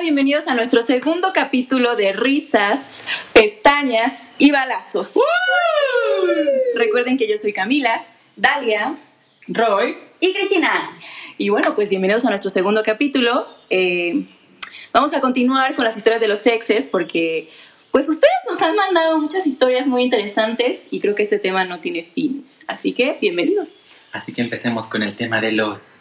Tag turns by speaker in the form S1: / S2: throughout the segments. S1: bienvenidos a nuestro segundo capítulo de risas, pestañas y balazos. Recuerden que yo soy Camila, Dalia
S2: Roy.
S1: y Cristina. Y bueno, pues bienvenidos a nuestro segundo capítulo. Eh, vamos a continuar con las historias de los sexes porque pues ustedes nos han mandado muchas historias muy interesantes y creo que este tema no tiene fin. Así que bienvenidos.
S2: Así que empecemos con el tema de los.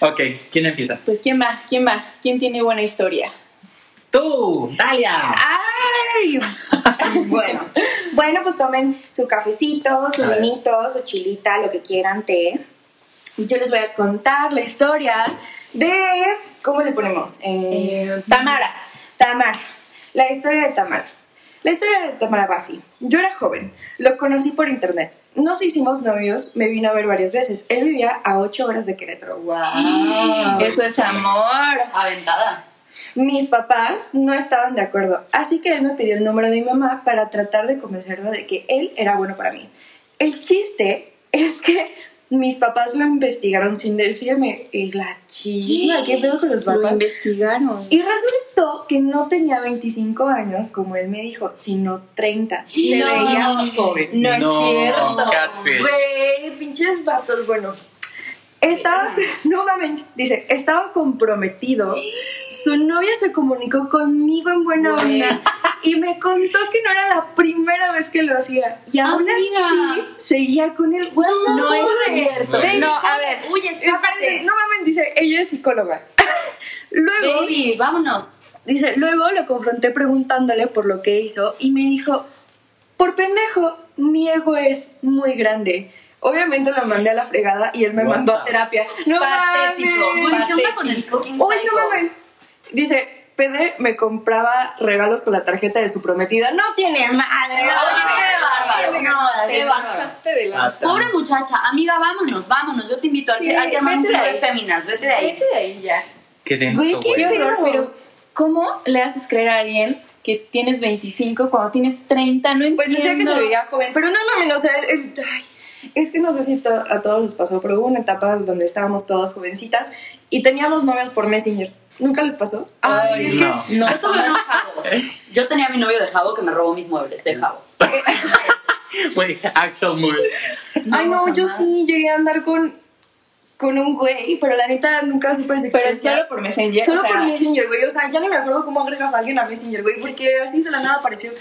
S2: Ok, ¿quién empieza?
S1: Pues quién va, quién va, quién tiene buena historia.
S2: ¡Tú! ¡Dalia!
S1: ¡Ay!
S3: Bueno, bueno, pues tomen su cafecito, su
S2: A ver.
S3: vinito, su chilita, lo que quieran, té. Y Yo les voy a contar la historia de. ¿Cómo le ponemos? Eh,
S1: Eh,
S3: Tamara. Tamara. La historia de Tamara. La historia de Tamara va así. Yo era joven, lo conocí por internet. Nos hicimos novios, me vino a ver varias veces. Él vivía a 8 horas de Querétaro. ¡Wow!
S1: Eso es amor.
S4: Aventada.
S3: Mis papás no estaban de acuerdo, así que él me pidió el número de mi mamá para tratar de convencerla de que él era bueno para mí. El chiste es que mis papás lo investigaron sin decirme "Eh, la chisma, ¿qué pedo con los
S1: Lo
S3: papás?
S1: investigaron.
S3: Y resultó que no tenía 25 años, como él me dijo, sino 30. Se
S1: No.
S3: veía joven.
S1: No es cierto.
S2: Catfish.
S3: Güey, pinches vatos, bueno. Estaba, no mames, dice, estaba comprometido. Su novia se comunicó conmigo en buena
S4: Güey.
S3: onda y me contó que no era la primera vez que lo hacía. Y aún así,
S4: Amiga.
S3: seguía con él. Güey,
S1: No, es
S3: güey.
S1: cierto.
S2: Baby,
S1: no, a ver.
S4: Uy,
S3: Espérense,
S4: escápate.
S3: no mames, dice, ella es psicóloga. Luego,
S4: Baby, vámonos.
S3: Dice, luego lo confronté preguntándole por lo que hizo y me dijo, por pendejo, mi ego es muy grande. Obviamente lo mandé a la fregada y él me
S2: Wow.
S3: mandó a terapia. No
S1: Patético.
S3: mames.
S4: Güey, ¿qué onda con el fucking
S3: Uy,
S4: psycho?
S3: no mames. Dice, Pedre me compraba regalos con la tarjeta de su prometida. No tiene madre.
S4: No, oye, qué bárbaro.
S3: No,
S4: Qué
S3: te
S4: bárbaro.
S3: pasaste de la...
S2: Hasta-
S4: Pobre muchacha, amiga, vámonos, vámonos. Yo te invito a
S3: Sí,
S4: que hay que armar un
S3: vete de
S4: club de
S3: ahí.
S4: féminas, vete de ahí.
S3: de ahí ya.
S2: Qué denso,
S1: qué
S2: güey.
S1: horror,
S3: pedo.
S1: pero ¿cómo le haces creer a alguien que tienes 25 cuando tienes 30? No entiendo.
S3: Pues decía que se veía joven, pero no mames, o sea, eh, ay, es que no sé si to- a todos les pasó, pero hubo una etapa donde estábamos todas jovencitas y teníamos novios por Messenger. ¿Nunca les pasó?
S4: Ay,
S3: es
S2: no.
S4: No, yo tuve uno de jabo. Yo tenía a mi novio de jabo que me robó mis muebles de jabo.
S3: eh,
S2: Güey, actual mood.
S3: que- ay, no,
S1: jamás.
S3: yo sí llegué a andar con, con un güey, pero la neta nunca supe
S1: Pero
S3: su
S1: es
S3: existencia.
S1: solo por Messenger.
S3: Solo
S1: o sea,
S3: por Messenger, güey. O sea, ya ni me acuerdo cómo agregas a alguien a Messenger, güey, porque así de la nada apareció.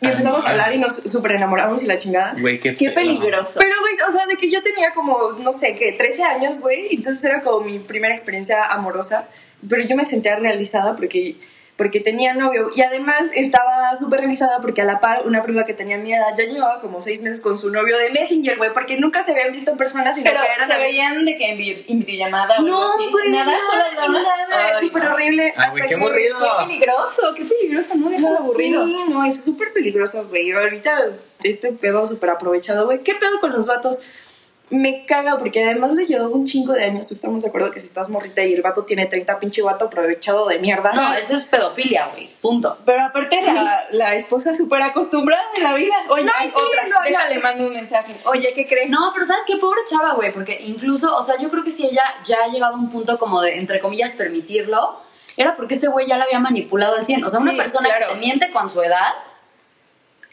S3: Y
S2: Ay,
S3: empezamos
S2: no
S3: a hablar y nos
S2: mames.
S3: súper enamoramos y la chingada.
S2: Güey, qué,
S1: Qué
S2: pedo.
S1: peligroso.
S3: Pero, güey, o sea, de que yo tenía como, no sé, que 13 años, güey, entonces era como mi primera experiencia amorosa, pero yo me sentía realizada porque, porque tenía novio y además estaba súper realizada porque a la par una prima que tenía mi edad ya llevaba como 6 meses con su novio de Messenger, güey, porque nunca se habían visto en persona, sino
S1: Pero
S3: que eran
S1: se
S3: así.
S1: veían de que en, vi- en videollamada o algo así.
S3: No, güey,
S1: nada, solo drama.
S3: nada, es
S1: Ay,
S3: súper
S1: no.
S3: horrible.
S2: Ay, güey, qué aburrido.
S1: Qué peligroso, qué peligroso, no deja
S3: No,
S1: de aburrido.
S3: sí, no, es súper peligroso, güey. Ahorita este pedo súper aprovechado, güey. ¿Qué pedo con los vatos? Me caga porque además les llevaba un chingo de años. Estamos de acuerdo que si estás morrita y el vato tiene 30, pinche vato aprovechado de mierda.
S4: No, eso es pedofilia, güey. Punto.
S1: Pero aparte la, la esposa súper acostumbrada de la vida. Oye,
S3: No,
S1: hay
S3: sí,
S1: otra,
S3: no, no.
S1: déjale mando un mensaje. Oye, ¿qué crees?
S4: No, pero ¿sabes qué? Pobre chava, güey, porque incluso, o sea, yo creo que si ella ya ha llegado a un punto como de, entre comillas, permitirlo, era porque este güey ya la había manipulado al 100. O sea, una
S1: Sí,
S4: persona
S1: claro.
S4: que te miente con su edad,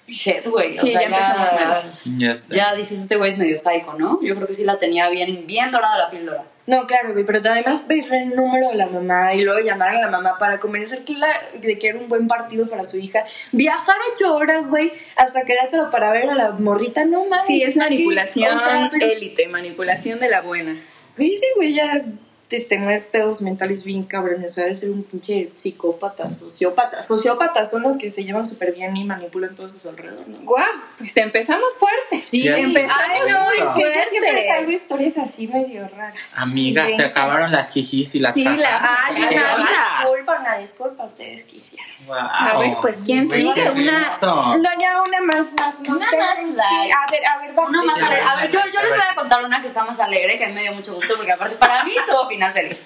S4: shit, güey. o
S1: Sí,
S4: sea,
S1: ya empezamos mal.
S2: Ya está.
S4: Ya dices, este güey es medio psycho, ¿no? Yo creo que sí la tenía bien, bien dorada la píldora.
S3: No, claro, güey, pero además pedir el número de la mamá y luego llamar a la mamá para convencer que la- de que era un buen partido para su hija. Viajar ocho horas, güey, hasta Querétaro para ver a la morrita, no mames.
S1: Sí, es
S3: ¿para qué?
S1: manipulación
S3: O sea, pero-
S1: élite, manipulación de la buena.
S3: Pues Sí, ese güey ya de tener pedos mentales bien cabrones, o sea, de ser un pinche psicópata, sociópata. Sociópatas son los que se llevan súper bien y manipulan todo a su alrededor, ¿no?
S1: ¡Guau! Pues empezamos fuerte.
S4: Sí,
S2: Ya
S4: empezó.
S2: Ay, no,
S3: Ay,
S2: es
S3: sí, yo siempre traigo historias así medio raras.
S2: Amiga, se
S3: Intensas.
S2: acabaron las jijis y las
S1: Sí, ah,
S2: jajas.
S1: las-
S3: Ay,
S2: Qué
S3: una
S2: horror.
S3: disculpa, una disculpa, ustedes quisieron.
S2: Wow.
S1: A ver, pues, ¿quién
S2: Güey,
S1: sigue?
S2: qué
S1: Una-
S2: denso.
S3: No, ya una más, más, más.
S4: Una
S3: ustedes,
S4: más,
S3: sí,
S4: like.
S3: a ver, a ver, vas
S4: Una
S3: tú.
S4: más
S2: Sí, a ver,
S4: alegre. A ver, yo,
S2: a ver,
S4: yo
S2: a
S4: les
S2: ver.
S4: voy a contar una que está más alegre, que me dio mucho
S3: Ah,
S4: gusto, porque aparte para mí tuvo final feliz.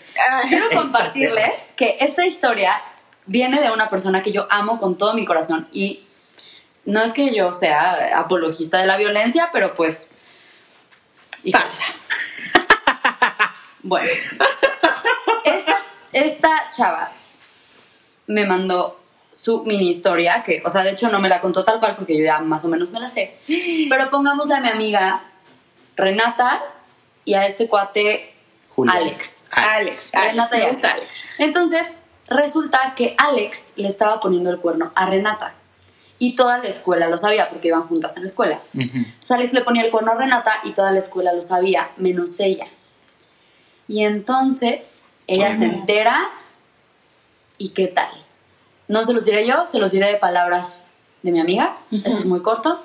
S4: Quiero compartirles que esta historia viene de una persona que yo amo con todo mi corazón y no es que yo sea apologista de la violencia, pero pues pasa. bueno, esta, esta chava me mandó su mini historia, que, o sea, de hecho no me la contó tal cual porque yo ya más o menos me la sé, pero pongamos a mi amiga Renata y a este cuate
S2: Julio.
S4: Alex.
S1: Alex,
S4: Renata y
S1: me
S4: Alex.
S1: gusta Alex.
S4: Entonces, resulta que Alex le estaba poniendo el cuerno a Renata. Y toda la escuela lo sabía porque iban juntas en la escuela.
S2: Ujú.
S4: Entonces Alex le ponía el cuerno a Renata y toda la escuela lo sabía, menos ella. Y entonces ella se entera y qué tal. No se los diré yo, se los diré de palabras de mi amiga. Esto es muy corto.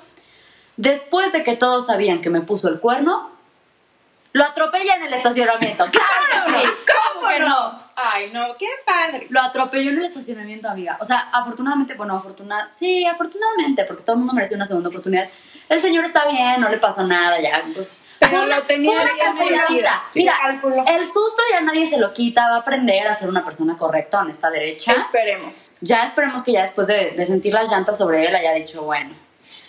S4: Después de que todos sabían que me puso el cuerno, lo atropella en el estacionamiento. ¡Claro! que sí! ¿Cómo que no?
S1: Ay, no, qué padre.
S4: Lo atropelló en el estacionamiento, amiga. O sea, afortunadamente, bueno, afortunada, sí, afortunadamente, porque todo el mundo mereció una segunda oportunidad. El señor está bien, no le pasó nada, ya.
S1: Pero
S4: Fue una-
S1: lo tenía
S4: fue una
S1: bien
S4: calculadita.
S1: medida.
S3: Sí,
S4: Mira,
S3: calculó.
S4: el susto ya nadie se lo quita, va a aprender a ser una persona correcta, honesta, derecha.
S1: Esperemos.
S4: Ya esperemos que ya después de, de sentir las llantas sobre él haya dicho, bueno,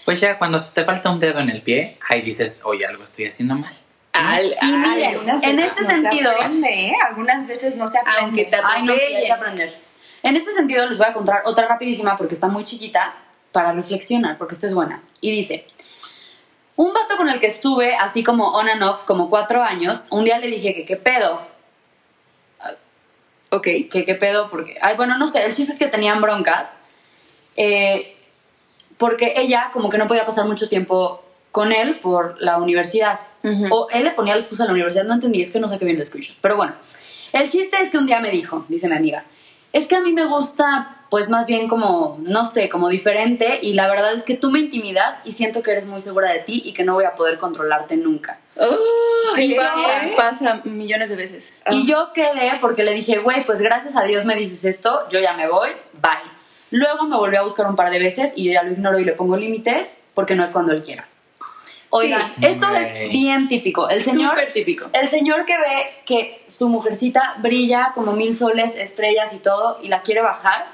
S2: Pues ya cuando te falta un dedo en el pie, ahí dices, oye, algo estoy haciendo mal.
S1: Al-
S4: Y
S1: al-
S4: miren,
S1: unas
S4: en
S1: veces-
S4: este
S3: no se
S4: sentido-
S3: aprende, ¿eh? Algunas veces no se aprende.
S1: Aunque te
S4: ay, no, sí, hay
S1: atropellen.
S4: que aprender. En este sentido, les voy a contar otra rapidísima porque está muy chiquita para reflexionar, porque esta es buena. Y dice, un vato con el que estuve así como on and off como cuatro años, un día le dije que qué pedo,
S1: Ok.
S4: que qué pedo porque, ay, bueno, no sé, el chiste es que tenían broncas, eh, porque ella como que no podía pasar mucho tiempo con él por la universidad.
S1: Ujú.
S4: O él le ponía la excusa a la universidad, no entendí, es que no saqué bien el screenshot. Pero bueno, el chiste es que un día me dijo, dice mi amiga, es que a mí me gusta pues más bien como, no sé, como diferente y la verdad es que tú me intimidas y siento que eres muy segura de ti y que no voy a poder controlarte nunca.
S1: Oh,
S3: Sí,
S1: pasa, Ah,
S3: ¿eh?
S1: pasa millones de veces.
S4: Y yo quedé porque le dije, güey, pues gracias a Dios me dices esto, yo ya me voy, bye. Luego me volvió a buscar un par de veces y yo ya lo ignoro y le pongo límites porque no es cuando él quiera. Oigan,
S2: Sí.
S4: esto
S2: Güey.
S4: es bien típico. El señor,
S1: Súper típico.
S4: el señor que ve que su mujercita brilla como mil soles, estrellas y todo y la quiere bajar,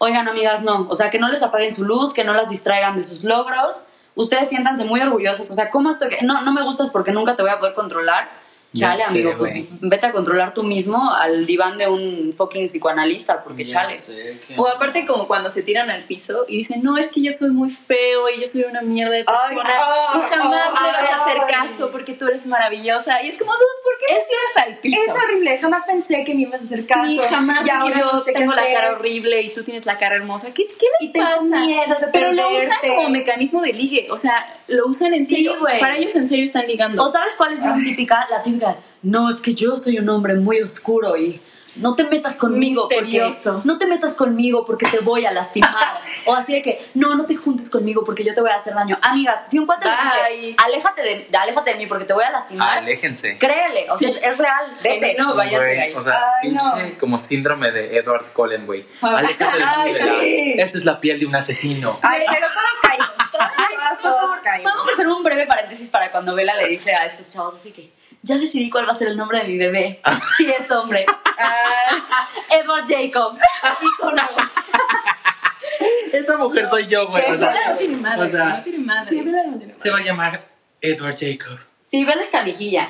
S4: oigan amigas, no. O sea, que no les apaguen su luz, que no las distraigan de sus logros. Ustedes siéntanse muy orgullosos. O sea, ¿cómo estoy? No, no me gustas porque nunca te voy a poder controlar.
S2: Ya
S4: Chale,
S2: sé,
S4: amigo, pues
S2: güey.
S4: vete a controlar tú mismo al diván de un fucking psicoanalista, porque
S2: Ya
S4: chale.
S2: sé que-
S1: O aparte como cuando se tiran al piso y dicen, no, es que yo soy muy feo y yo soy una mierda de persona
S3: Ay,
S1: y jamás
S3: ay,
S1: me vas a hacer
S3: ay.
S1: caso porque tú eres maravillosa. Y es como, dude, ¿por qué te tiras al piso?
S3: Es horrible, jamás pensé que me ibas a hacer caso.
S1: Sí, jamás
S3: Y ahora
S1: porque yo
S3: no sé qué
S1: tengo la
S3: hacer.
S1: cara horrible y tú tienes la cara hermosa. ¿Qué, qué les
S3: Y tengo
S1: pasa?
S3: miedo de
S1: Pero lo usan
S3: perderte.
S1: como mecanismo de ligue, o sea, lo usan en
S4: Sí,
S1: serio.
S4: güey.
S1: Para ellos en serio están ligando.
S4: ¿O sabes cuál es la típica? La típica, no, es que yo soy un hombre muy oscuro y no te metas conmigo porque
S1: Misterioso.
S4: no te metas conmigo porque te voy a lastimar. o así de que, no, no te juntes conmigo porque yo te voy a hacer daño. Amigas, si un cuate les
S1: Bye.
S4: dice, aléjate de, de- aléjate de mí porque te voy a lastimar,
S2: Aléjense.
S4: créele, o sea,
S1: Sí.
S4: es, es real, vete.
S1: No, váyanse
S2: Güey,
S1: de ahí.
S2: O sea,
S3: Ay,
S2: pinche
S3: no.
S2: como síndrome de Edward Cullen, güey.
S4: Ay,
S2: Aléjate de mí,
S3: ay,
S2: ¿verdad?
S3: sí.
S2: Esta es la piel de un asesino.
S3: Ay, pero todas caímos, todas, todas, todas
S4: Por favor,
S3: caímos.
S4: Vamos a hacer un breve paréntesis para cuando Vela le dice a estos chavos así que ya decidí cuál va a ser el nombre de mi bebé.
S1: Ah.
S4: Sí es hombre. Edward Jacob. Ícono.
S2: Esta mujer soy yo, güey.
S4: Que
S2: o sea,
S4: Vela no tiene
S2: o
S4: madre.
S2: sea,
S1: no tiene madre.
S3: Sí, Vela no tiene
S2: se va a llamar Edward Jacob.
S4: Sí, Vela es canijilla.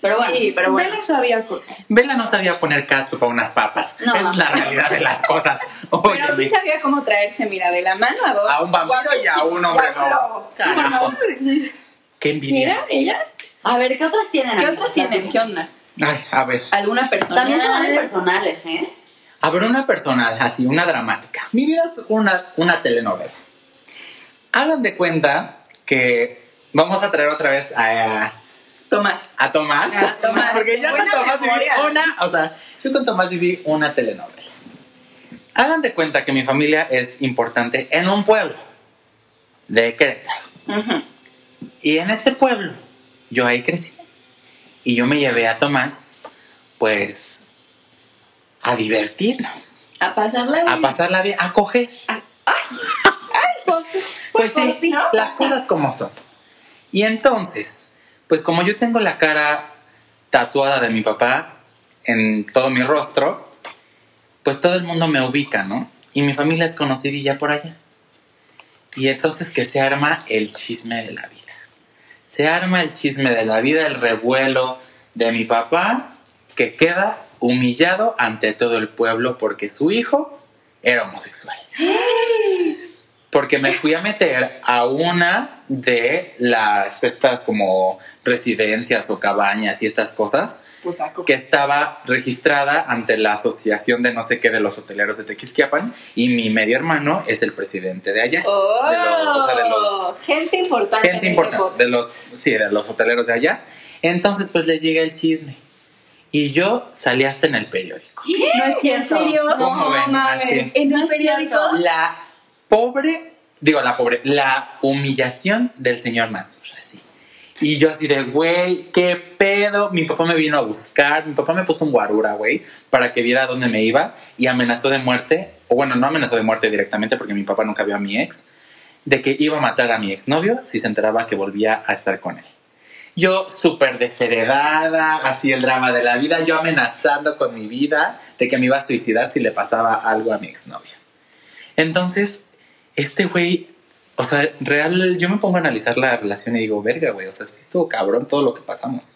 S4: Pero bueno.
S1: Sí, pero bueno.
S3: Vela sabía cosas.
S2: Vela no sabía poner catsup a unas papas.
S4: No.
S2: Esa es la realidad de las cosas. Oye,
S1: Pero sí sabía cómo traerse, mira, de la mano a dos.
S2: a un vampiro y a un hombre no.
S3: Guapo.
S2: Carajo. Qué envidia.
S1: Mira, ella.
S4: A ver, ¿qué otras tienen?
S1: ¿Qué
S4: amigos?
S1: otras tienen? ¿Qué Ah, onda?
S2: Ay, a ver.
S1: ¿Alguna persona?
S4: También se van en personales, ¿eh?
S2: A ver, una personal, así, una dramática. Mi vida es una, una telenovela. Hagan de cuenta que vamos a traer otra vez a,
S1: Tomás.
S2: a Tomás.
S1: A Tomás.
S2: Porque yo con
S1: Buena
S2: Tomás
S1: memoria.
S2: viví una, o sea, yo con Tomás viví una telenovela. Hagan de cuenta que mi familia es importante en un pueblo de Querétaro.
S1: Ujú.
S2: Y en este pueblo, yo ahí crecí. Y yo me llevé a Tomás, pues, a divertirnos,
S1: A pasarla bien.
S2: a pasarla bien, a coger. Pues
S3: por
S2: sí,
S3: fin, ¿no?
S2: las cosas como son. Y entonces, pues como yo tengo la cara tatuada de mi papá en todo mi rostro, pues todo el mundo me ubica, ¿no? Y mi familia es conocida y ya por allá. Y entonces que se arma el chisme de la vida. Se arma el chisme de la vida, el revuelo de mi papá, que queda humillado ante todo el pueblo porque su hijo era homosexual. Porque me fui a meter a una de las, estas como residencias o cabañas y estas cosas,
S3: Pues saco.
S2: que estaba registrada ante la asociación de no sé qué de los hoteleros de Tequisquiapan y mi medio hermano es el presidente de allá.
S1: Oh,
S2: de los, o sea, de los
S1: gente importante.
S2: gente
S1: en este podcast.
S2: importante, de los, sí, de los hoteleros de allá. Entonces pues les llega el chisme y yo salí hasta en el periódico.
S4: No es cierto.
S1: ¿En serio?
S2: ¿Cómo ven? Así.
S1: En un
S4: No es
S1: periódico.
S4: cierto.
S2: La pobre, digo la pobre, la humillación del señor Mansur, así. Y yo así de, güey, qué pedo. Mi papá me vino a buscar, mi papá me puso un guarura, güey, para que viera dónde me iba y amenazó de muerte, o bueno, no amenazó de muerte directamente porque mi papá nunca vio a mi ex, de que iba a matar a mi exnovio si se enteraba que volvía a estar con él. Yo súper desheredada, así el drama de la vida, yo amenazando con mi vida de que me iba a suicidar si le pasaba algo a mi exnovio. Entonces, este güey, o sea, real, yo me pongo a analizar la relación y digo, verga, güey, o sea, sí estuvo cabrón todo lo que pasamos.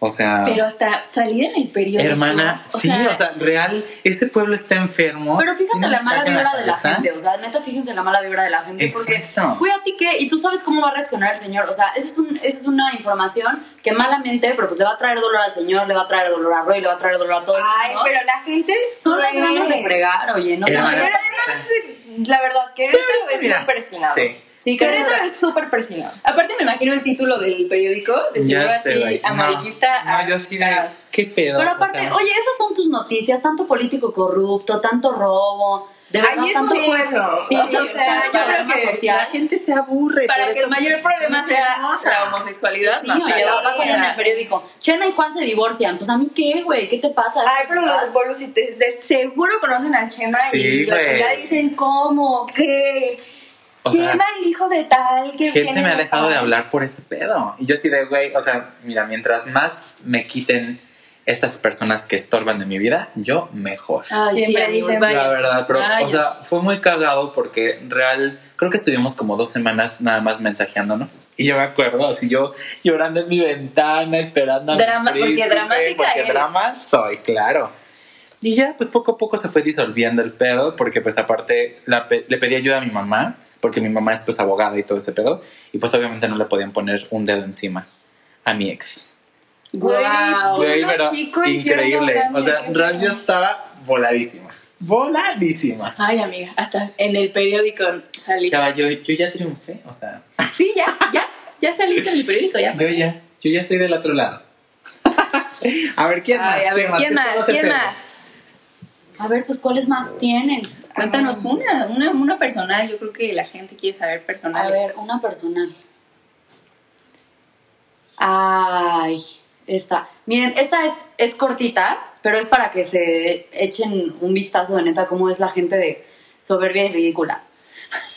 S2: O sea,
S1: Pero hasta salir en el periódico.
S2: hermana, sí, o sea, real, este pueblo está enfermo.
S4: Pero fíjate
S2: tiene
S4: la
S2: un
S4: mala
S2: ataque en
S4: vibra de la
S2: cabeza.
S4: gente, o sea, neta, fíjense la mala vibra de la gente, porque
S2: Exacto.
S4: fui a ti que, y tú sabes cómo va a reaccionar el señor, o sea, esa es, un- esa es una información que malamente, pero pues le va a traer dolor al señor, le va a traer dolor a Roy, le va a traer dolor a todos.
S3: Ay,
S4: ¿no?
S3: pero la gente es
S4: Son las ganas de fregar, oye, no sé.
S2: Hermana.
S3: Pero además, la verdad, Querétaro es
S2: Mira,
S3: muy persinado.
S2: Sí.
S4: Sí, creo
S3: Querétaro es súper persinado.
S1: Aparte me imagino el título del periódico, de seguro
S2: Ya sé,
S1: Pues, así
S2: güey.
S1: amarillista.
S2: No, no, yo sí de,
S1: hasta-
S2: ¿Qué pedo?
S4: Pero
S2: O
S4: aparte,
S2: sea,
S4: oye, esas son tus noticias, tanto político corrupto, tanto robo, de verdad,
S3: Ahí es
S4: tanto
S3: un pueblo.
S4: Sí,
S3: o sea,
S4: tanto
S3: yo creo
S4: problema
S3: que
S2: la
S4: social.
S2: gente se aburre.
S1: Para
S2: por
S1: que
S2: eso
S1: el mayor
S2: pues,
S1: problema
S2: no
S1: sea
S2: es cosa.
S1: la homosexualidad,
S4: Sí,
S1: no, o sea,
S4: oye,
S1: ya
S4: va a
S1: pasa
S4: pasar en el periódico. Chena y Juan se divorcian. Pues a mí qué, güey, ¿qué te pasa?
S3: Ay, pero los pueblos sí te- de seguro conocen a Chema
S2: Sí,
S3: y la
S2: güey.
S3: chingada dicen cómo, qué.
S2: O sea,
S3: Chema, el hijo de tal, que
S2: gente
S3: tiene
S2: me ha dejado de
S3: papá.
S2: hablar por ese pedo. Y yo así de, güey, o sea, mira, mientras más me quiten estas personas que estorban de mi vida, yo mejor.
S4: Ay,
S1: Siempre
S4: sí, amigos,
S1: dicen,
S2: La verdad, pero, o
S1: váyanse.
S2: sea, fue muy cagado porque real, creo que estuvimos como dos semanas nada más mensajeándonos. Y yo me acuerdo, así yo llorando en mi ventana, esperando a mi
S1: Drama- porque
S2: príncipe,
S1: dramática
S2: Porque
S1: eres.
S2: drama soy, claro. Y ya, pues poco a poco se fue disolviendo el pedo, porque pues aparte la pe- le pedí ayuda a mi mamá, porque mi mamá es pues abogada y todo ese pedo, y pues obviamente no le podían poner un dedo encima a mi ex.
S3: Güey,
S1: Guau.
S3: Pueblo
S2: Güey, pero
S3: chico, infierno
S2: increíble.
S3: grande,
S2: O sea,
S3: qué
S2: real yo
S3: pedo.
S2: estaba voladísima. Voladísima.
S1: Ay, amiga, hasta en el periódico salí.
S2: Chava, yo, yo ya triunfé, o sea,
S1: Sí, ya, ya, ya saliste en el periódico, ya.
S2: yo ya, yo ya estoy del otro lado. a ver, ¿quién más?
S1: Ay, a ver,
S2: Temas,
S1: ¿quién
S2: que
S1: más?
S2: todos se
S1: ¿Quién
S2: sepan.
S1: más?
S4: A ver, pues, ¿cuáles más tienen?
S1: Cuéntanos una, una, una personal. Yo creo que la gente quiere saber
S4: A
S1: personales.
S4: ver, una personal. Ay, esta. Miren, esta es, es cortita, pero es para que se echen un vistazo de neta cómo es la gente de soberbia y ridícula.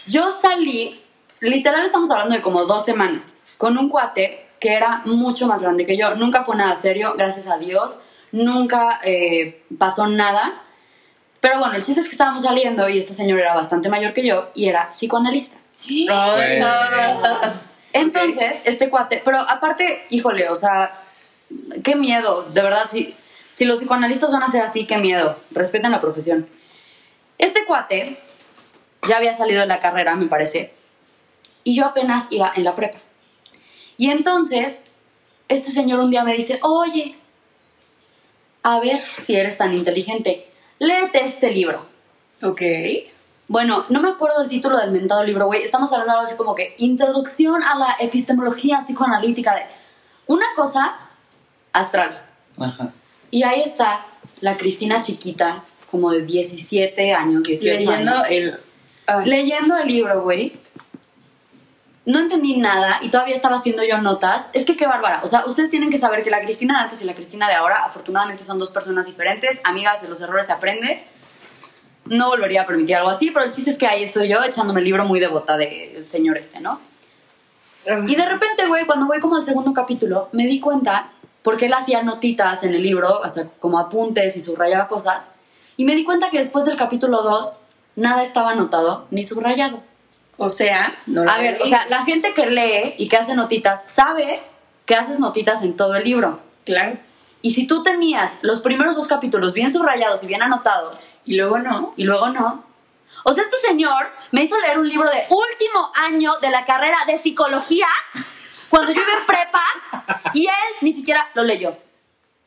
S4: Yo salí, literal estamos hablando de como dos semanas, con un cuate que era mucho más grande que yo. Nunca fue nada serio, gracias a Dios. Nunca eh, pasó nada. Pero bueno, el chiste es que estábamos saliendo y este señor era bastante mayor que yo y era psicoanalista.
S1: Ay, no.
S4: Entonces, este cuate, pero aparte, híjole, o sea, qué miedo, de verdad, si, si los psicoanalistas van a ser así, qué miedo, respeten la profesión. Este cuate ya había salido de la carrera, me parece, y yo apenas iba en la prepa. Y entonces, este señor un día me dice, oye, a ver si eres tan inteligente, léete este libro.
S1: Ok.
S4: Bueno, no me acuerdo el título del mentado libro, güey. Estamos hablando algo así como que Introducción a la epistemología psicoanalítica de una cosa astral.
S2: Ajá.
S4: Y ahí está la Cristina chiquita, como de 17 años, 18
S1: Leyendo
S4: años.
S1: el.
S3: Ah,
S1: Ay.
S4: Leyendo el libro, güey. No entendí nada y todavía estaba haciendo yo notas. Es que qué bárbara. O sea, ustedes tienen que saber que la Cristina de antes y la Cristina de ahora, afortunadamente, son dos personas diferentes. Amigas de los errores se aprende. No volvería a permitir algo así, pero el chiste es que ahí estoy yo echándome el libro muy devota del señor este, ¿no? Y de repente, güey, cuando voy como al segundo capítulo, me di cuenta, porque él hacía notitas en el libro, o sea, como apuntes y subrayaba cosas, Y me di cuenta que después del capítulo 2 nada estaba anotado ni subrayado.
S1: O sea, no lo
S4: A ver,
S1: leí.
S4: o sea, la gente que lee y que hace notitas sabe que haces notitas en todo el libro.
S1: claro.
S4: Y si tú tenías los primeros dos capítulos bien subrayados y bien anotados,
S1: Y luego no.
S4: y luego no. O sea, este señor me hizo leer un libro de último año de la carrera de psicología cuando yo iba en prepa y él ni siquiera lo leyó.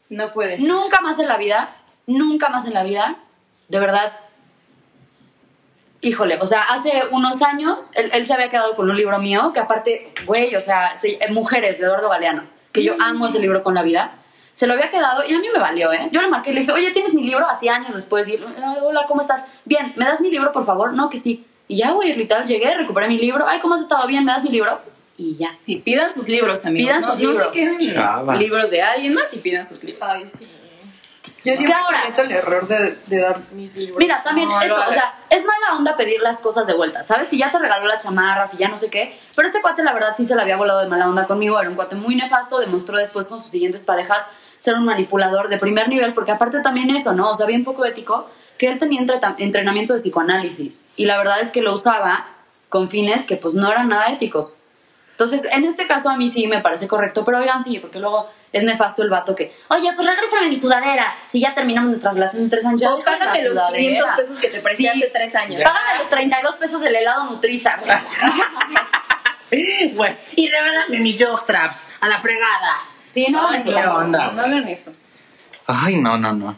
S1: No puedes.
S4: Nunca más en la vida, nunca más en la vida, de verdad. Híjole, o sea, hace unos años él, él se había quedado con un libro mío, que aparte, güey, o sea, sí, eh, Mujeres, de Eduardo Galeano, que yo amo ese libro con la vida. Se lo había quedado y a mí me valió, ¿eh? Yo le marqué y le dije, oye, ¿tienes mi libro? Hace años después. Y, él, "Ah, hola, ¿cómo estás? Bien, ¿me das mi libro, por favor? No, que sí. Y ya, güey, literal, llegué, recuperé mi libro. Ay, ¿cómo has estado? Bien, ¿me das mi libro? Y ya.
S1: Sí, pidan sus libros también.
S4: Pidan
S1: no,
S4: sus
S1: No
S4: libros.
S1: se queden en
S2: Chava.
S1: libros de alguien más y pidan sus libros.
S3: Ay, sí. Yo siempre
S4: ahora?
S3: cometo el error de, de dar mis libros.
S4: Mira, también
S1: No,
S4: esto,
S1: lo
S4: o sea,
S1: hagas.
S4: es mala onda pedir las cosas de vuelta, ¿sabes? Si ya te regaló la chamarra, si ya no sé qué. Pero este cuate, la verdad, sí se la había volado de mala onda conmigo. Era un cuate muy nefasto, demostró después con sus siguientes parejas ser un manipulador de primer nivel, porque aparte también esto, ¿no? O sea, bien poco ético, que él tenía entreta- entrenamiento de psicoanálisis. Y la verdad es que lo usaba con fines que pues no eran nada éticos. Entonces, en este caso a mí sí me parece correcto, pero oigan, sí, porque luego es nefasto el vato que, oye, pues regrésame mi sudadera, si ya terminamos nuestra relación en tres años. ya
S1: O
S4: déjame la
S1: págame los
S4: sudadera".
S1: 500 pesos que te presté
S4: Sí.
S1: hace tres años.
S4: Págame los 32 pesos del helado Nutriza. güey.
S2: Bueno, y regálame mis jockstraps a la fregada.
S4: Sí, no,
S1: Ay,
S4: me
S2: qué
S4: encanta.
S2: onda,
S1: No hagan eso.
S2: Ay, no, no, no.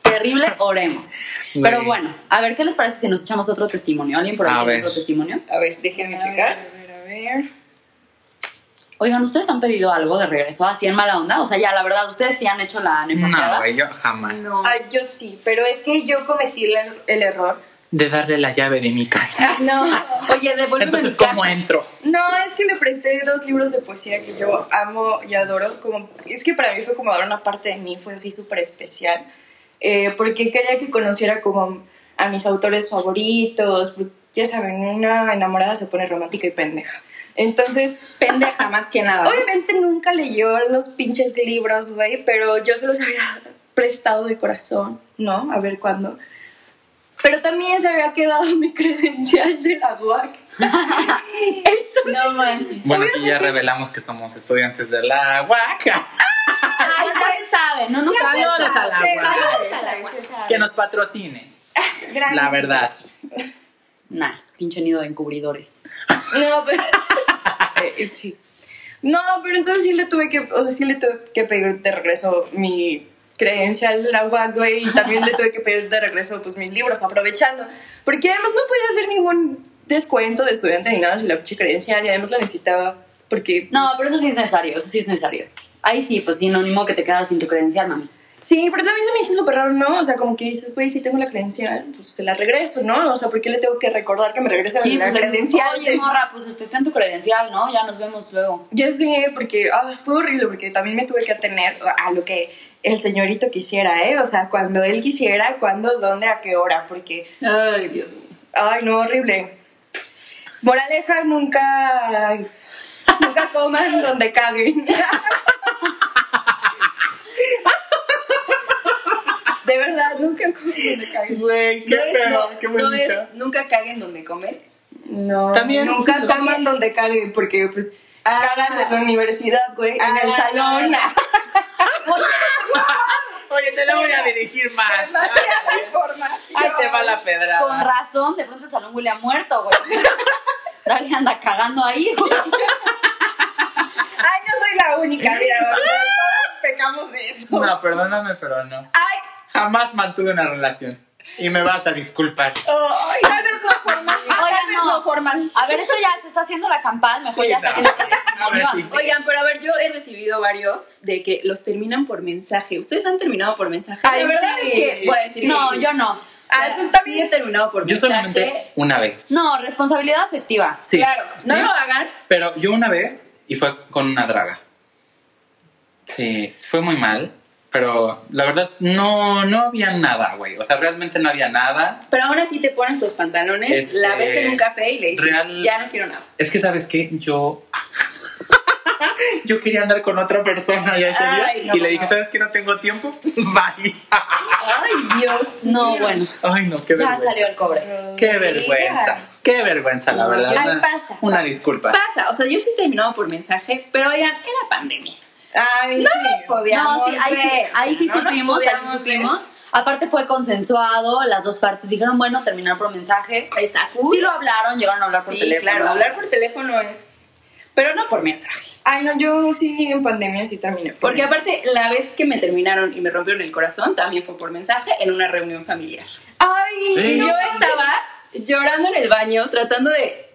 S4: Terrible, oremos.
S2: Güey.
S4: Pero bueno, a ver, ¿qué les parece si nos echamos otro testimonio? ¿Alguien por ahí
S2: A
S4: tiene
S2: ver.
S4: otro testimonio?
S1: A ver, déjenme
S3: A ver,
S1: checar.
S3: A ver, a ver.
S4: Oigan, ¿ustedes han pedido algo de regreso así en mala onda? O sea, ya, la verdad, ¿ustedes sí han hecho la
S2: No,
S4: nefasteada?
S2: güey, yo jamás.
S3: No. Ay, Ah, yo sí, pero es que yo cometí el, el error.
S2: De darle la llave de mi casa.
S3: No.
S1: Oye, devuélveme mi
S2: Entonces,
S1: casa.
S2: ¿cómo entro?
S3: No, es que le presté dos libros de poesía que yo amo y adoro. Como, es que para mí fue como dar una parte de mí, fue así súper especial. Eh, porque quería que conociera como a mis autores favoritos. porque, Ya saben, una enamorada se pone romántica y pendeja. Entonces,
S1: Pendeja más que nada.
S3: obviamente nunca leyó los pinches libros, güey, pero yo se los había prestado de corazón, ¿no? A ver cuándo. Pero también se había quedado mi credencial de la UAC. Entonces,
S4: No manches.
S2: Bueno,
S3: obviamente-
S2: aquí ya revelamos que somos estudiantes de la UAC.
S4: Ay, ya se sabe, no nos sabe.
S2: Saludos a la
S3: Se
S2: UAC.
S3: sabe, se sabe, se sabe.
S2: Que nos patrocinen.
S3: Gracias.
S2: La verdad.
S4: Nah, pinche nido de encubridores.
S3: No, pero... Eh, sí. No, pero entonces sí le tuve que, o sea, sí le tuve que pedir de regreso mi credencial de la UAC, güey, y también le tuve que pedir de regreso, pues, mis libros, aprovechando, porque además no podía hacer ningún descuento de estudiante ni nada si la pinche credencial, y además la necesitaba porque...
S4: No, pero eso sí es necesario, eso sí es necesario. Ahí sí, pues sí, no, ni modo que te quedas sin tu credencial, mami.
S3: Sí, pero también se me hizo súper raro, ¿no? O sea, como que dices, güey, si tengo la credencial, pues, se la regreso, ¿no? O sea, ¿por qué le tengo que recordar que me regrese
S4: Sí,
S3: la
S4: pues le dices,
S3: credencial?
S4: oye, morra, pues este, ten tu credencial, ¿no? Ya nos vemos luego.
S3: Yo sé, porque ah, fue horrible, porque también me tuve que atener a lo que el señorito quisiera, ¿eh? O sea, cuando él quisiera, cuándo, dónde, a qué hora, porque,
S1: Ay, Dios mío.
S3: ay, no, horrible. Moraleja, nunca, nunca coman donde caguen. De verdad, nunca coman donde caguen.
S2: Güey,
S1: No es, no, no es nunca caguen donde comen.
S3: No,
S2: También-
S3: nunca
S2: sí,
S3: coman donde caguen, porque, pues,
S1: Ah.
S3: cagas en la universidad, güey,
S1: Ah.
S3: en el salón.
S2: Oye, te la voy a dirigir más.
S3: Demasiada información.
S2: Ahí te va la
S4: Con
S2: pedrada.
S4: razón, de pronto el salón huele a muerto, güey. Dale, anda cagando ahí, güey.
S3: Ay, no soy la única, mira, todos pecamos de eso.
S2: No, perdóname, pero no.
S3: Ay,
S2: Jamás mantuve una relación. Y me vas a disculpar.
S3: oh, ay, tal vez no formal,
S4: Oigan,
S3: tal vez
S4: no.
S3: no formal.
S4: A ver, esto ya se está haciendo la campal, mejor
S2: Sí,
S4: ya
S2: no.
S4: saquen el
S2: A ver,
S4: testimonio.
S2: sí, sí.
S1: Oigan, pero a ver, yo he recibido varios de que los terminan por mensaje. ¿Ustedes han terminado por mensaje?
S3: Ay,
S1: la verdad
S3: sí.
S1: es que voy a decir que
S4: No,
S1: sí.
S4: yo no.
S3: Ay,
S1: Ah,
S3: pues
S1: sí he
S3: también.
S1: terminado por
S2: Yo solamente
S1: mensaje.
S2: una vez.
S4: No, responsabilidad afectiva.
S2: Sí.
S1: Claro, no
S2: Sí.
S1: lo hagan.
S2: Pero yo una vez, y fue con una draga. Sí, fue muy mal. Pero la verdad, no, no había nada, güey. O sea, realmente no había nada.
S1: Pero aún así te pones los pantalones,
S2: Este,
S1: la ves en un café y le dices,
S2: real-
S1: ya no quiero nada.
S2: Es que, ¿sabes qué? Yo. yo quería andar con otra persona ya ese día.
S3: Ay, no.
S2: y le dije, ¿sabes que no tengo tiempo? Bye.
S3: Ay, Dios.
S4: No,
S3: mío.
S4: bueno,
S2: Ay, no, qué
S4: ya
S2: vergüenza.
S4: salió el cobre.
S2: Qué vergüenza. Qué vergüenza, la verdad.
S4: Ay,
S2: Una-
S4: pasa,
S2: Una disculpa.
S1: Pasa, o sea, yo sí terminaba por mensaje, pero oigan, era pandemia.
S3: Ay,
S1: No
S3: sí.
S1: nos podíamos
S4: No, sí, ahí sí,
S1: ver,
S4: ahí
S1: o
S4: sí
S1: sea, no nos
S4: supimos, ahí sí
S1: podíamos ver.
S4: supimos. Aparte fue consensuado, las dos partes dijeron, bueno, terminar por mensaje.
S1: Está cool.
S4: Sí lo hablaron, llegaron a hablar por
S1: Sí,
S4: teléfono.
S1: claro, hablar por teléfono es... Pero no por mensaje.
S3: Ay, no, yo sí en pandemia sí terminé. por
S1: Porque
S3: eso.
S1: aparte, la vez que me terminaron y me rompieron el corazón, también fue por mensaje en una reunión familiar. Y
S3: Ay,
S2: Sí.
S1: yo
S3: no,
S1: estaba llorando en el baño, tratando de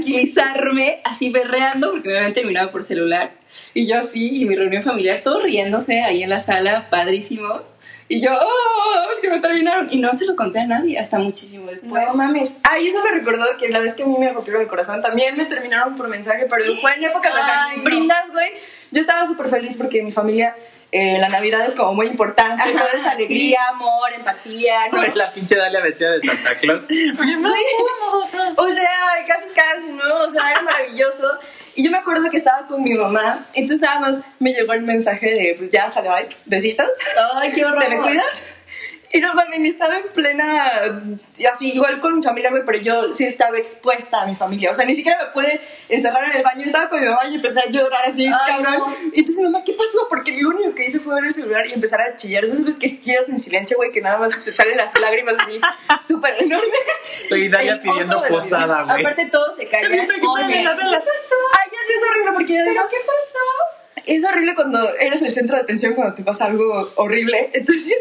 S1: tranquilizarme, así berreando, porque me habían terminado por celular. Y yo así, y mi reunión familiar, todos riéndose ahí en la sala, padrísimo. Y yo, ¡oh! Es que me terminaron. Y no se lo conté a nadie, hasta muchísimo después.
S3: pues, No mames. Ay, eso me recordó que la vez que a mí me rompieron el corazón también me terminaron por mensaje, pero fue en épocas de
S1: Ay,
S3: San-
S1: no.
S3: brindas, güey. Yo estaba súper feliz porque mi familia, eh, la Navidad es como muy importante.
S1: Ajá,
S3: todo es alegría, amor, empatía, ¿no?
S2: Ay, La pinche Dalia vestida de Santa Claus.
S3: Güey, O sea, casi casi, ¿no? O sea, era maravilloso. Y yo me acuerdo que estaba con mi mamá, entonces nada más me llegó el mensaje de, pues ya salió, bye, besitos.
S1: Ay, qué horror.
S3: ¿Te me cuidas? Y no mames, estaba en plena. y Así, igual con mi familia, güey, pero yo sí estaba expuesta a mi familia. O sea, ni siquiera me pude encerrar en el baño. Estaba con mi mamá y empecé a llorar así,
S4: Ay,
S3: cabrón.
S4: no.
S3: Y entonces, mi mamá, ¿qué pasó? Porque lo único que hice fue ver el celular y empezar a chillar. Entonces, ves que chillas en silencio, güey, que nada más te salen las lágrimas así, súper enormes.
S2: Y Dalia
S3: El oso
S2: pidiendo
S3: de la vida.
S2: posada, güey.
S1: Aparte, todos se callan.
S4: ¿eh? Oye,
S3: Ay, ya sí es horrible porque ya ¿Pero qué pasó? Es horrible cuando eres el centro de atención, cuando te pasa algo horrible. Entonces,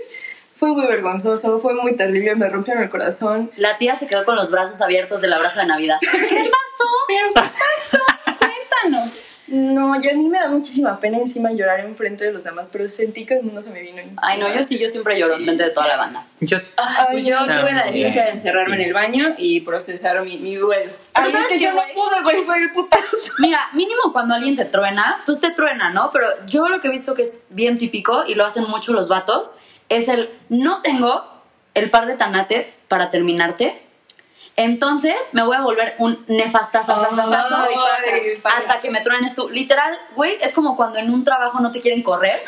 S3: fue muy vergonzoso, fue muy terrible, me rompieron el corazón.
S4: La tía se quedó con los brazos abiertos del abrazo de Navidad. ¿Qué pasó?
S1: ¿Pero qué pasó? Cuéntanos.
S3: No, ya a mí me da muchísima pena encima llorar en frente de los demás, pero sentí que el mundo se me vino encima.
S4: Ay, no, yo sí, yo siempre lloro enfrente de toda la banda.
S2: Yo
S1: Ay,
S3: pues
S1: yo
S2: no,
S1: tuve la
S2: bien,
S1: decencia de encerrarme
S2: sí.
S1: en el baño y procesar mi, mi duelo.
S3: Ay,
S4: Ah, ¿Sabes
S3: es que
S4: qué,
S3: yo no
S4: güey?
S3: pude, güey, fue el putazo.
S4: Mira, mínimo cuando alguien te truena, pues te truena, ¿no? Pero yo lo que he visto que es bien típico y lo hacen mucho los vatos es el no tengo el par de tanates para terminarte. Entonces me voy a volver un nefastazazazazazo
S3: Ay, pasa, pasa.
S4: hasta que me truenes tú. Literal, güey, es como cuando en un trabajo no te quieren correr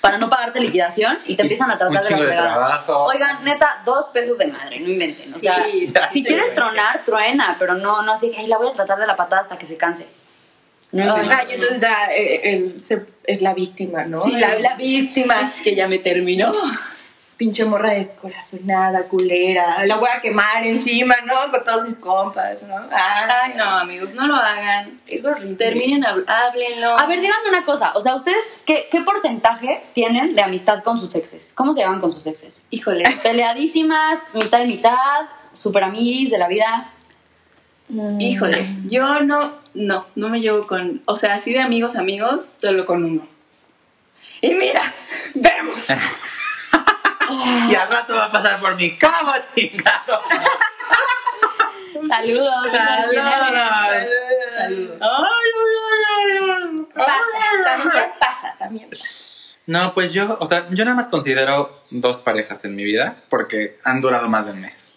S4: para no pagarte liquidación y te
S2: Y
S4: empiezan a tratar
S2: un
S4: de
S2: chingo
S4: la
S2: de
S4: fregada.
S2: trabajo.
S4: Oigan, neta, dos pesos de madre, no inventen. O sea,
S1: Sí,
S4: si
S1: sí,
S4: quieres
S2: sí.
S4: tronar, truena, pero no, no así que ay, la voy a tratar de la patada hasta que se canse. No inventen.
S3: Ay, entonces ya eh, él se- es la víctima, ¿no?
S1: Sí,
S3: la, la víctima.
S1: Más que ya me terminó.
S3: Pinche morra descorazonada, culera. La voy a quemar encima, ¿no? Con todos mis compas, ¿no?
S1: Ay, no, amigos, no lo hagan.
S3: Es horrible.
S1: Terminen, hab- háblenlo.
S4: A ver, díganme una cosa. O sea, ¿ustedes qué, qué porcentaje tienen de amistad con sus exes? ¿Cómo se llevan con sus exes?
S1: híjole.
S4: Peleadísimas, mitad y mitad, super amiguis de la vida.
S3: Mm.
S1: Híjole, yo no, no, no me llevo con, o sea, así de amigos, amigos, solo con uno. Y mira, vemos.
S2: Y al rato va a pasar por mi cama, chingado.
S4: Saludos. ¿sabes quién eres?
S2: Saludos.
S1: Saludos.
S2: Ay, ay, ay, ay.
S3: Pasa, también pasa, también pasa.
S2: No, pues yo, o sea, yo nada más considero dos parejas en mi vida porque han durado más de un mes.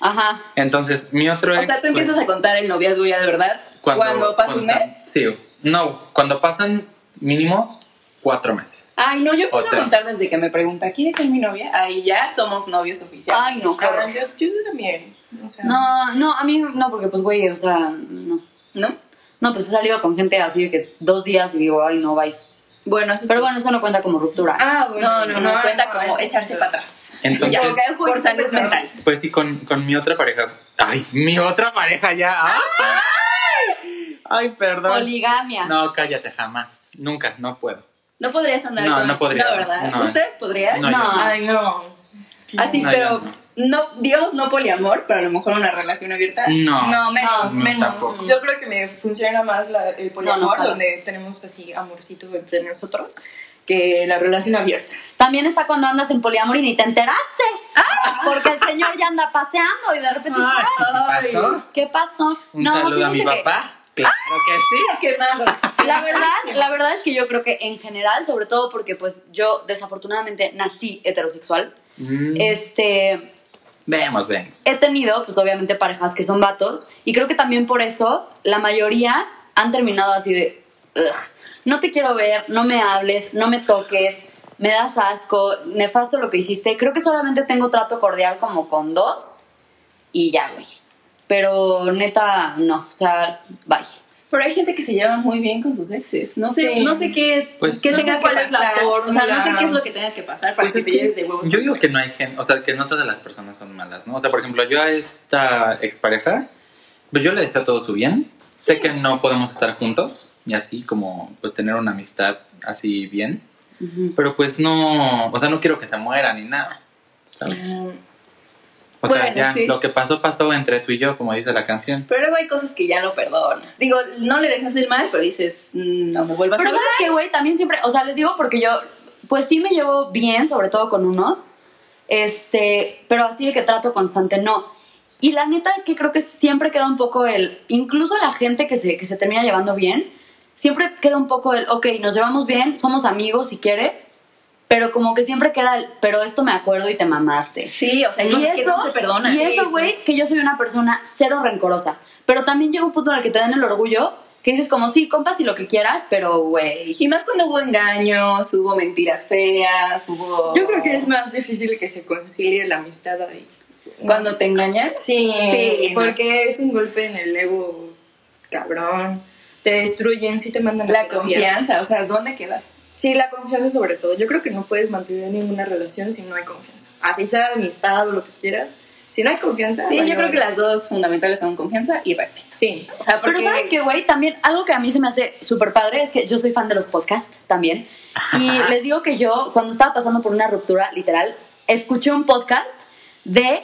S4: Ajá.
S2: Entonces, mi otro
S1: O
S2: ex,
S1: sea, tú
S2: pues,
S1: empiezas a contar el noviazgo ya de verdad cuando, pasa un
S2: cuando
S1: mes.
S2: están- Sí, no, cuando pasan mínimo cuatro meses.
S1: Ay, no, yo
S2: O
S1: empiezo a
S2: tres.
S1: contar desde que me pregunta, ¿quieres ser mi novia? Ahí ya somos novios oficiales.
S4: Ay, no, qué horror.
S3: yo, yo también. O sea,
S4: No, no, a mí no, porque pues, güey, o sea, no.
S1: ¿No?
S4: No, pues he salido con gente así de que dos días y digo, ay, no, bye.
S1: Bueno, eso
S4: Pero
S1: sí.
S4: bueno, eso no cuenta como ruptura.
S3: Ah, bueno.
S1: No, no, no, cuenta
S3: no,
S1: como
S3: es que
S1: echarse
S3: sí.
S1: para atrás.
S2: Entonces,
S3: Ya, ok.
S1: Por salud
S3: Justo,
S1: mental.
S2: pues sí, con, con mi otra pareja. Ay, mi otra pareja ya. Ay, Ay, perdón.
S4: Poligamia.
S2: No, cállate, jamás. Nunca, no puedo.
S1: No podrías andar
S2: No,
S1: con...
S2: no podría.
S1: No, ¿verdad?
S2: No.
S1: ¿Ustedes podrían?
S2: No, yo
S4: No.
S3: Ay, no.
S1: Así,
S2: No,
S1: pero
S2: yo no.
S1: no. Dios, no poliamor, pero a lo mejor una relación abierta.
S2: No.
S3: No, menos,
S2: No,
S3: menos.
S2: tampoco.
S3: Yo creo que me funciona más la- el poliamor,
S4: No, no, ojalá.
S3: donde tenemos así amorcito entre nosotros, que la relación abierta.
S4: También está cuando andas en poliamor y ni te enteraste. Porque el señor ya anda paseando y de repente dices,
S2: Ay, sí,
S1: Ay.
S2: sí pasó.
S4: ¿qué pasó?
S2: Un saludo a mi
S4: fíjense que-
S2: papá. Claro que sí.
S1: Quemado.
S4: La verdad, la verdad es que yo creo que en general, sobre todo porque pues yo desafortunadamente nací heterosexual,
S2: Mm,
S4: este,
S2: Vemos, vemos.
S4: he tenido pues obviamente parejas que son vatos y creo que también por eso la mayoría han terminado así de... "Ugh". no te quiero ver, no me hables, no me toques, me das asco, nefasto lo que hiciste. Creo que solamente tengo trato cordial como con dos y ya, güey. Pero neta, no, o sea, bye.
S1: Pero hay gente que se lleva muy bien con sus exes. No sé,
S3: Sí.
S1: no sé qué,
S2: Pues,
S1: qué
S2: no
S1: tenga
S3: sé
S1: que
S3: cuál es la
S1: pasar. O sea, no sé
S3: fórmula.
S1: qué es lo que tenga que pasar para
S2: Pues
S1: que
S2: es
S1: te
S2: que
S1: lleves de huevos.
S2: Yo
S1: con
S2: digo
S1: tu
S2: que
S1: ex.
S2: no hay gente, o sea, que no todas las personas son malas, ¿no? O sea, por ejemplo, yo a esta expareja, pues yo le deseo todo su bien. Sé que no podemos estar juntos y así como pues tener una amistad así bien, pero pues no, o sea, no quiero que se muera ni nada, ¿sabes? O sea,
S1: Bueno,
S2: ya
S1: sí.
S2: lo que pasó pasó entre tú y yo, como dice la canción.
S1: Pero luego hay cosas que ya no perdonas. Digo, no le deseas el mal, pero dices, "Mm, no me vuelvas
S4: Pero
S1: a hablar.
S4: sabes que, güey, también siempre, o sea, les digo porque yo, pues sí me llevo bien, sobre todo con uno, este, pero así de que trato constante, no. Y la neta es que creo que siempre queda un poco el, incluso la gente que se, que se termina llevando bien, siempre queda un poco el, ok, nos llevamos bien, somos amigos si quieres, pero como que siempre queda el, pero esto me acuerdo y te mamaste.
S1: Sí, o sea, hay
S4: Y
S1: cosas que
S4: eso,
S1: no se pues. perdonan.
S4: y eso,
S1: Sí,
S4: güey, que yo soy una persona cero rencorosa. Pero también llega un punto en el que te dan el orgullo, que dices como, sí, compas y lo que quieras, pero, güey.
S1: Y más cuando hubo engaños, hubo mentiras feas, hubo...
S3: Yo creo que es más difícil que se concilie la amistad ahí.
S1: Cuando te engañan.
S3: Sí,
S1: Sí,
S3: porque es un golpe en el ego, cabrón. Te destruyen, sí te mandan a
S1: La
S3: terapia.
S1: confianza, o sea, ¿dónde quedar?
S3: Sí, la confianza sobre todo. Yo creo que no puedes mantener ninguna relación si no hay confianza. Así sea amistad o lo que quieras. Si no hay confianza.
S1: Sí,
S3: vale,
S1: yo creo que
S3: vale.
S1: las dos fundamentales son confianza y respeto.
S3: Sí.
S1: O sea, porque...
S4: Pero sabes que, güey, también algo que a mí se me hace súper padre es que yo soy fan de los podcasts también. Y les digo que yo, cuando estaba pasando por una ruptura, literal, escuché un podcast de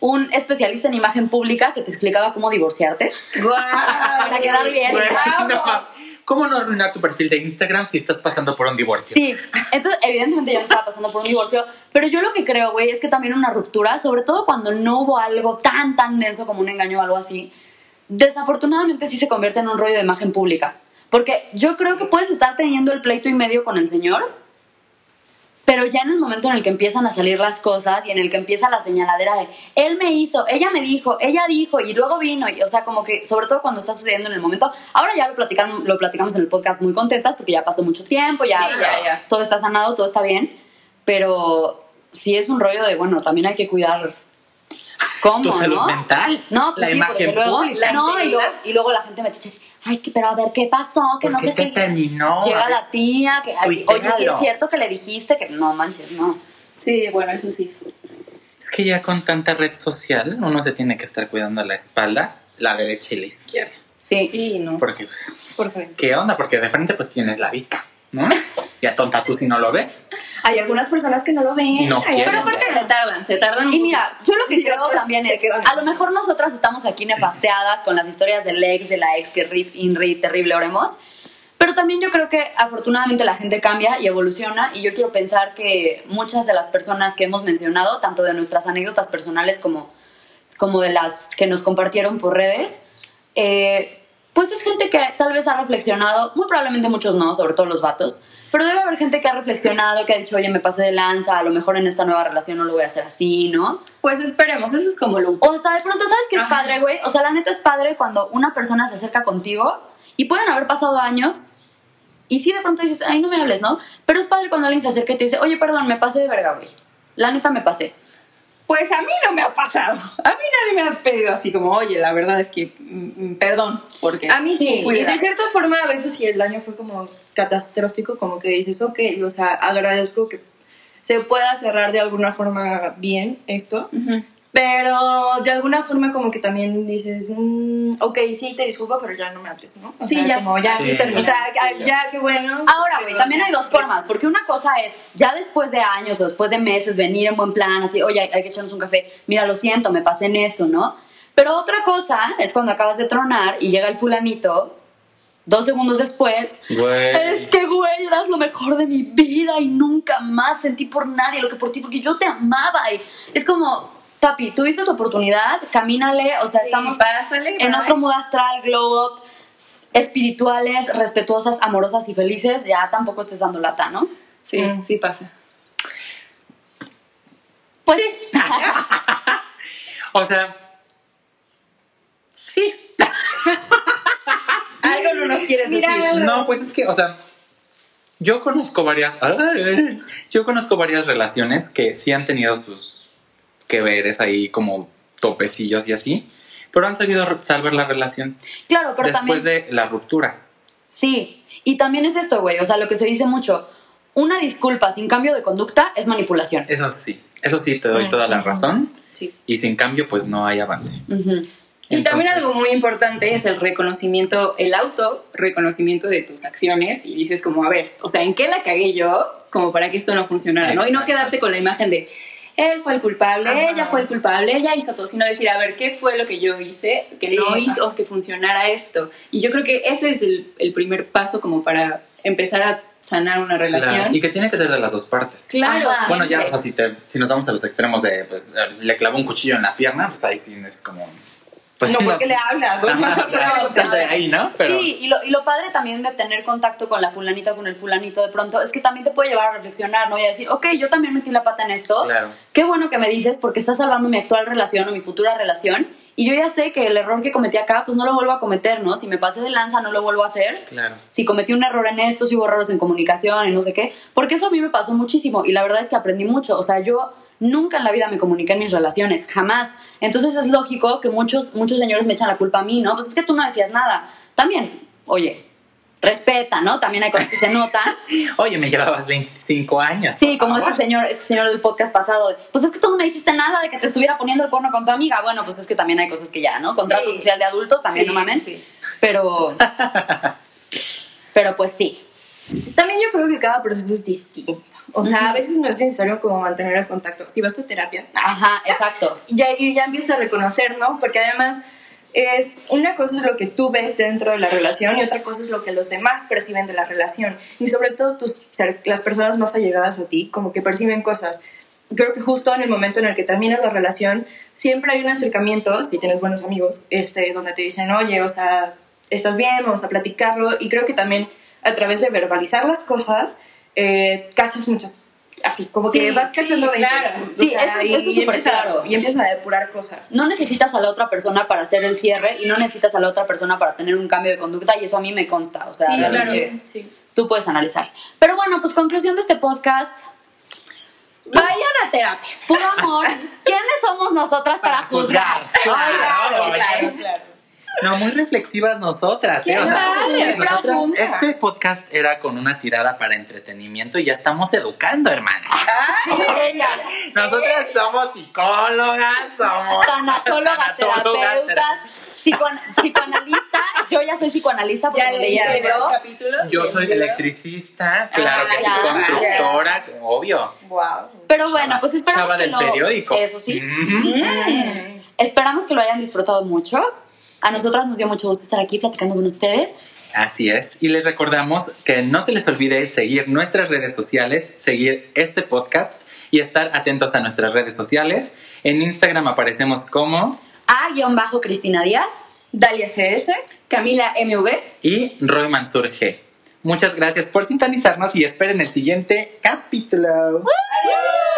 S4: un especialista en imagen pública que te explicaba cómo divorciarte. Para quedar bien.
S2: Güey,
S4: ¡Bravo!
S2: no mames. ¿Cómo no arruinar tu perfil de Instagram si estás pasando por un divorcio?
S4: Sí, entonces evidentemente yo no estaba pasando por un divorcio, pero yo lo que creo, güey, es que también una ruptura, sobre todo cuando no hubo algo tan, tan denso como un engaño o algo así, desafortunadamente sí se convierte en un rollo de imagen pública. Porque yo creo que puedes estar teniendo el pleito y medio con el señor, pero ya en el momento en el que empiezan a salir las cosas y en el que empieza la señaladera de él me hizo, ella me dijo, ella dijo y luego vino, y, o sea, como que sobre todo cuando está sucediendo en el momento, ahora ya lo platicamos, lo platicamos en el podcast muy contentas porque ya pasó mucho tiempo, ya,
S1: Sí, ya, ya.
S4: todo está sanado, todo está bien, pero sí es un rollo de, bueno, también hay que cuidar cómo,
S2: Tu salud
S4: ¿no?
S2: mental,
S4: No, pues
S2: la
S4: sí, porque
S2: imagen
S4: luego,
S2: pública.
S4: no, y, luego, y luego la gente me dice, ay, que- pero a ver, ¿qué pasó? Que
S2: ¿Por
S4: no
S2: qué
S4: sé
S2: te
S4: qué.
S2: terminó?
S4: Llega la tía, que, ay, oye, sí es
S2: Tuitealo.
S4: cierto que le dijiste que no manches, no.
S1: Sí, bueno, eso sí.
S2: Es que ya con tanta red social uno se tiene que estar cuidando la espalda, la derecha y la izquierda.
S4: Sí.
S1: Sí, no.
S2: Porque,
S3: Por favor.
S2: ¿qué onda? Porque de frente pues tienes la vista, ¿no? Ya tonta tú si no lo ves.
S4: Hay algunas personas que no lo ven.
S2: No
S4: Hay-
S2: quieren.
S4: pero aparte,
S1: se tardan, se tardan.
S4: y mira, yo lo que
S3: Sí,
S4: creo
S3: otras
S4: también
S3: se
S4: es,
S3: quedan.
S4: a lo mejor nosotras estamos aquí nefasteadas con las historias del ex, de la ex, que rip, inri, terrible, oremos. Pero también yo creo que afortunadamente la gente cambia y evoluciona y yo quiero pensar que muchas de las personas que hemos mencionado, tanto de nuestras anécdotas personales como, como de las que nos compartieron por redes, eh, pues es gente que tal vez ha reflexionado, muy probablemente muchos no, sobre todo los vatos, pero debe haber gente que ha reflexionado, que ha dicho, oye, me pasé de lanza, a lo mejor en esta nueva relación no lo voy a hacer así, ¿no?
S1: Pues esperemos, eso es como lo...
S4: O hasta de pronto, ¿sabes qué es
S1: Ajá.
S4: padre, güey? O sea, la neta es padre cuando una persona se acerca contigo y pueden haber pasado años y sí de pronto dices, ay, no me hables, ¿no? Pero es padre cuando alguien se acerca y te dice, oye, perdón, me pasé de verga, güey. La neta me pasé.
S1: Pues a mí no me ha pasado. A mí nadie me ha pedido así como, oye, la verdad es que, mm, mm, perdón, porque...
S3: A mí sí.
S1: fui
S3: y
S1: de
S3: de cierta forma, a veces si el daño fue como catastrófico, como que dices, ok, o sea, agradezco que se pueda cerrar de alguna forma bien esto.
S1: Ujú.
S3: Pero de alguna forma como que también dices, mm, ok, sí, te disculpo, pero ya no me hables, ¿no? O
S1: Sí,
S3: sea,
S1: ya.
S3: Como ya,
S2: Sí.
S3: aquí termina. O sea, ya, ya, qué bueno.
S4: Ahora, güey, también hay dos formas, porque una cosa es, ya después de años o después de meses, venir en buen plan, así, oye, hay, hay que echarnos un café, mira, lo siento, me pasé en esto, ¿no? Pero otra cosa es cuando acabas de tronar y llega el fulanito, dos segundos después, es
S2: Güey.
S4: que, güey, eras lo mejor de mi vida y nunca más sentí por nadie lo que por ti, porque yo te amaba. Y es como, papi, tuviste tu oportunidad, camínale, o sea,
S1: Sí,
S4: estamos
S1: pásale,
S4: en
S1: bye.
S4: otro mood astral, glow up, espirituales, respetuosas, amorosas y felices, ya tampoco estés dando lata, ¿no?
S1: Sí,
S3: Mm.
S1: sí pasa.
S4: Pues
S2: O sea, sí.
S3: Ay,
S1: algo no nos quieres
S3: Mira,
S1: decir.
S2: No, pues es que, o sea, yo conozco varias, ¡Ay! yo conozco varias relaciones que sí han tenido sus que veres ahí como topecillos y así, pero han sabido salvar la relación
S4: Claro, pero
S2: después
S4: también.
S2: de la ruptura.
S4: Sí. Y también es esto, güey. O sea, lo que se dice mucho. Una disculpa sin cambio de conducta es manipulación.
S2: Eso sí, eso sí te doy toda la razón
S4: Sí.
S2: y sin cambio pues no hay avance.
S4: Ujú.
S1: Y también
S2: Entonces-
S1: algo muy importante es el reconocimiento, el auto reconocimiento de tus acciones y dices como, a ver, o sea, ¿en qué la cagué yo? Como para que esto no funcionara, ¿no? Y no
S2: Exacto.
S1: quedarte con la imagen de, él fue el culpable,
S3: Ajá.
S1: ella fue el culpable, ella hizo todo, sino decir, a ver, ¿qué fue lo que yo hice que no
S3: Ajá.
S1: hizo que funcionara esto? Y yo creo que ese es el, el primer paso como para empezar a sanar una
S2: Claro,
S1: relación.
S2: Y que tiene que ser de las dos partes.
S1: Claro,
S4: Ajá.
S2: Bueno, ya, o
S1: siempre.
S2: sea, si, te- si nos vamos a los extremos de, pues, le clavó un cuchillo en la pierna, pues ahí sí es como... Pues
S3: no, porque le hablas, güey.
S2: Ajá, claro,
S3: Claro,
S2: desde ahí, ¿no? Pero-
S4: Sí, y lo, y lo padre también de tener contacto con la fulanita o con el fulanito de pronto es que también te puede llevar a reflexionar, ¿no? Y a decir, ok, yo también metí la pata en esto.
S2: Claro.
S4: Qué bueno que me dices porque está salvando mi actual relación o mi futura relación. Y yo ya sé que el error que cometí acá, pues no lo vuelvo a cometer, ¿no? Si me pasé de lanza, no lo vuelvo a hacer.
S2: Claro.
S4: Si cometí un error en esto, si hubo errores en comunicación, en no sé qué. Porque eso a mí me pasó muchísimo y la verdad es que aprendí mucho. O sea, yo nunca en la vida me comuniqué en mis relaciones, jamás. Entonces es lógico que muchos, muchos señores me echan la culpa a mí, ¿no? Pues es que tú no decías nada. También, oye, respeta, ¿no? También hay cosas que se notan.
S2: Oye, me llevabas 25 años.
S4: Sí,
S1: Ah,
S4: como este
S2: esta
S4: señor, este señor del podcast pasado. Pues es que tú no me dijiste nada de que te estuviera poniendo el cuerno con tu amiga. Bueno, pues es que también hay cosas que ya, ¿no? Contrato
S1: Sí.
S4: social de adultos también,
S1: Sí,
S4: no mames.
S1: sí.
S4: Pero. pero pues sí.
S3: También yo creo que cada proceso es distinto. O sea, a veces no es necesario como mantener el contacto. Si vas a terapia,
S4: Ajá, exacto.
S3: ya, y ya empiezas a reconocer, ¿no? Porque además es una cosa es lo que tú ves dentro de la relación y otra cosa es lo que los demás perciben de la relación. Y sobre todo tus, cer- las personas más allegadas a ti, como que perciben cosas. Creo que justo en el momento en el que terminas la relación, siempre hay un acercamiento, si tienes buenos amigos, este, donde te dicen, oye, o sea, estás bien, vamos a platicarlo. Y creo que también a través de verbalizar las cosas, eh, cachas muchas, así, como
S1: Sí,
S3: que vas
S1: sí,
S3: cachando de
S1: claro.
S4: Sí, esto es- esto es
S3: y,
S4: súper
S3: empiezas,
S4: claro.
S3: y empiezas a depurar cosas.
S4: No necesitas a la otra persona para hacer el cierre y no necesitas a la otra persona para tener un cambio de conducta y eso a mí me consta. O sea,
S1: Sí,
S4: realmente
S1: claro.
S3: Sí.
S4: tú puedes analizar. Pero bueno, pues conclusión de este podcast.
S1: Vayan a terapia.
S4: Puro amor. ¿Quiénes somos nosotras para, juzgar?
S2: Claro,
S3: claro,
S2: oye. No, muy reflexivas nosotras.
S3: Qué
S2: ¿eh? O sea,
S1: padre,
S2: nosotras-
S3: profundas.
S2: este podcast era con una tirada para entretenimiento y ya estamos educando, hermanas.
S4: Ellas.
S2: Nosotras somos psicólogas, somos
S4: tanatólogas, terapeutas, psicoan- psicoanalista. Yo ya soy psicoanalista porque
S1: Ya
S4: me
S1: leí
S4: leí el
S1: el
S4: libro.
S1: capítulo.
S2: Yo soy electricista, claro
S1: Ah,
S2: que sí,
S4: ya.
S2: constructora, obvio.
S3: Wow.
S4: Pero bueno, pues esperamos
S2: Chava
S4: que
S2: del
S4: lo-
S2: periódico.
S4: Eso sí.
S2: Mm.
S4: Esperamos que lo hayan disfrutado mucho. A nosotras nos dio mucho gusto estar aquí platicando con ustedes.
S2: Así es. Y les recordamos que no se les olvide seguir nuestras redes sociales, seguir este podcast y estar atentos a nuestras redes sociales. En Instagram aparecemos como
S4: A guión bajo Cristina Díaz.
S3: Dalia GS.
S1: Camila MV.
S2: y Roy Mansur G. Muchas gracias por sintonizarnos y esperen el siguiente capítulo.
S3: Adiós.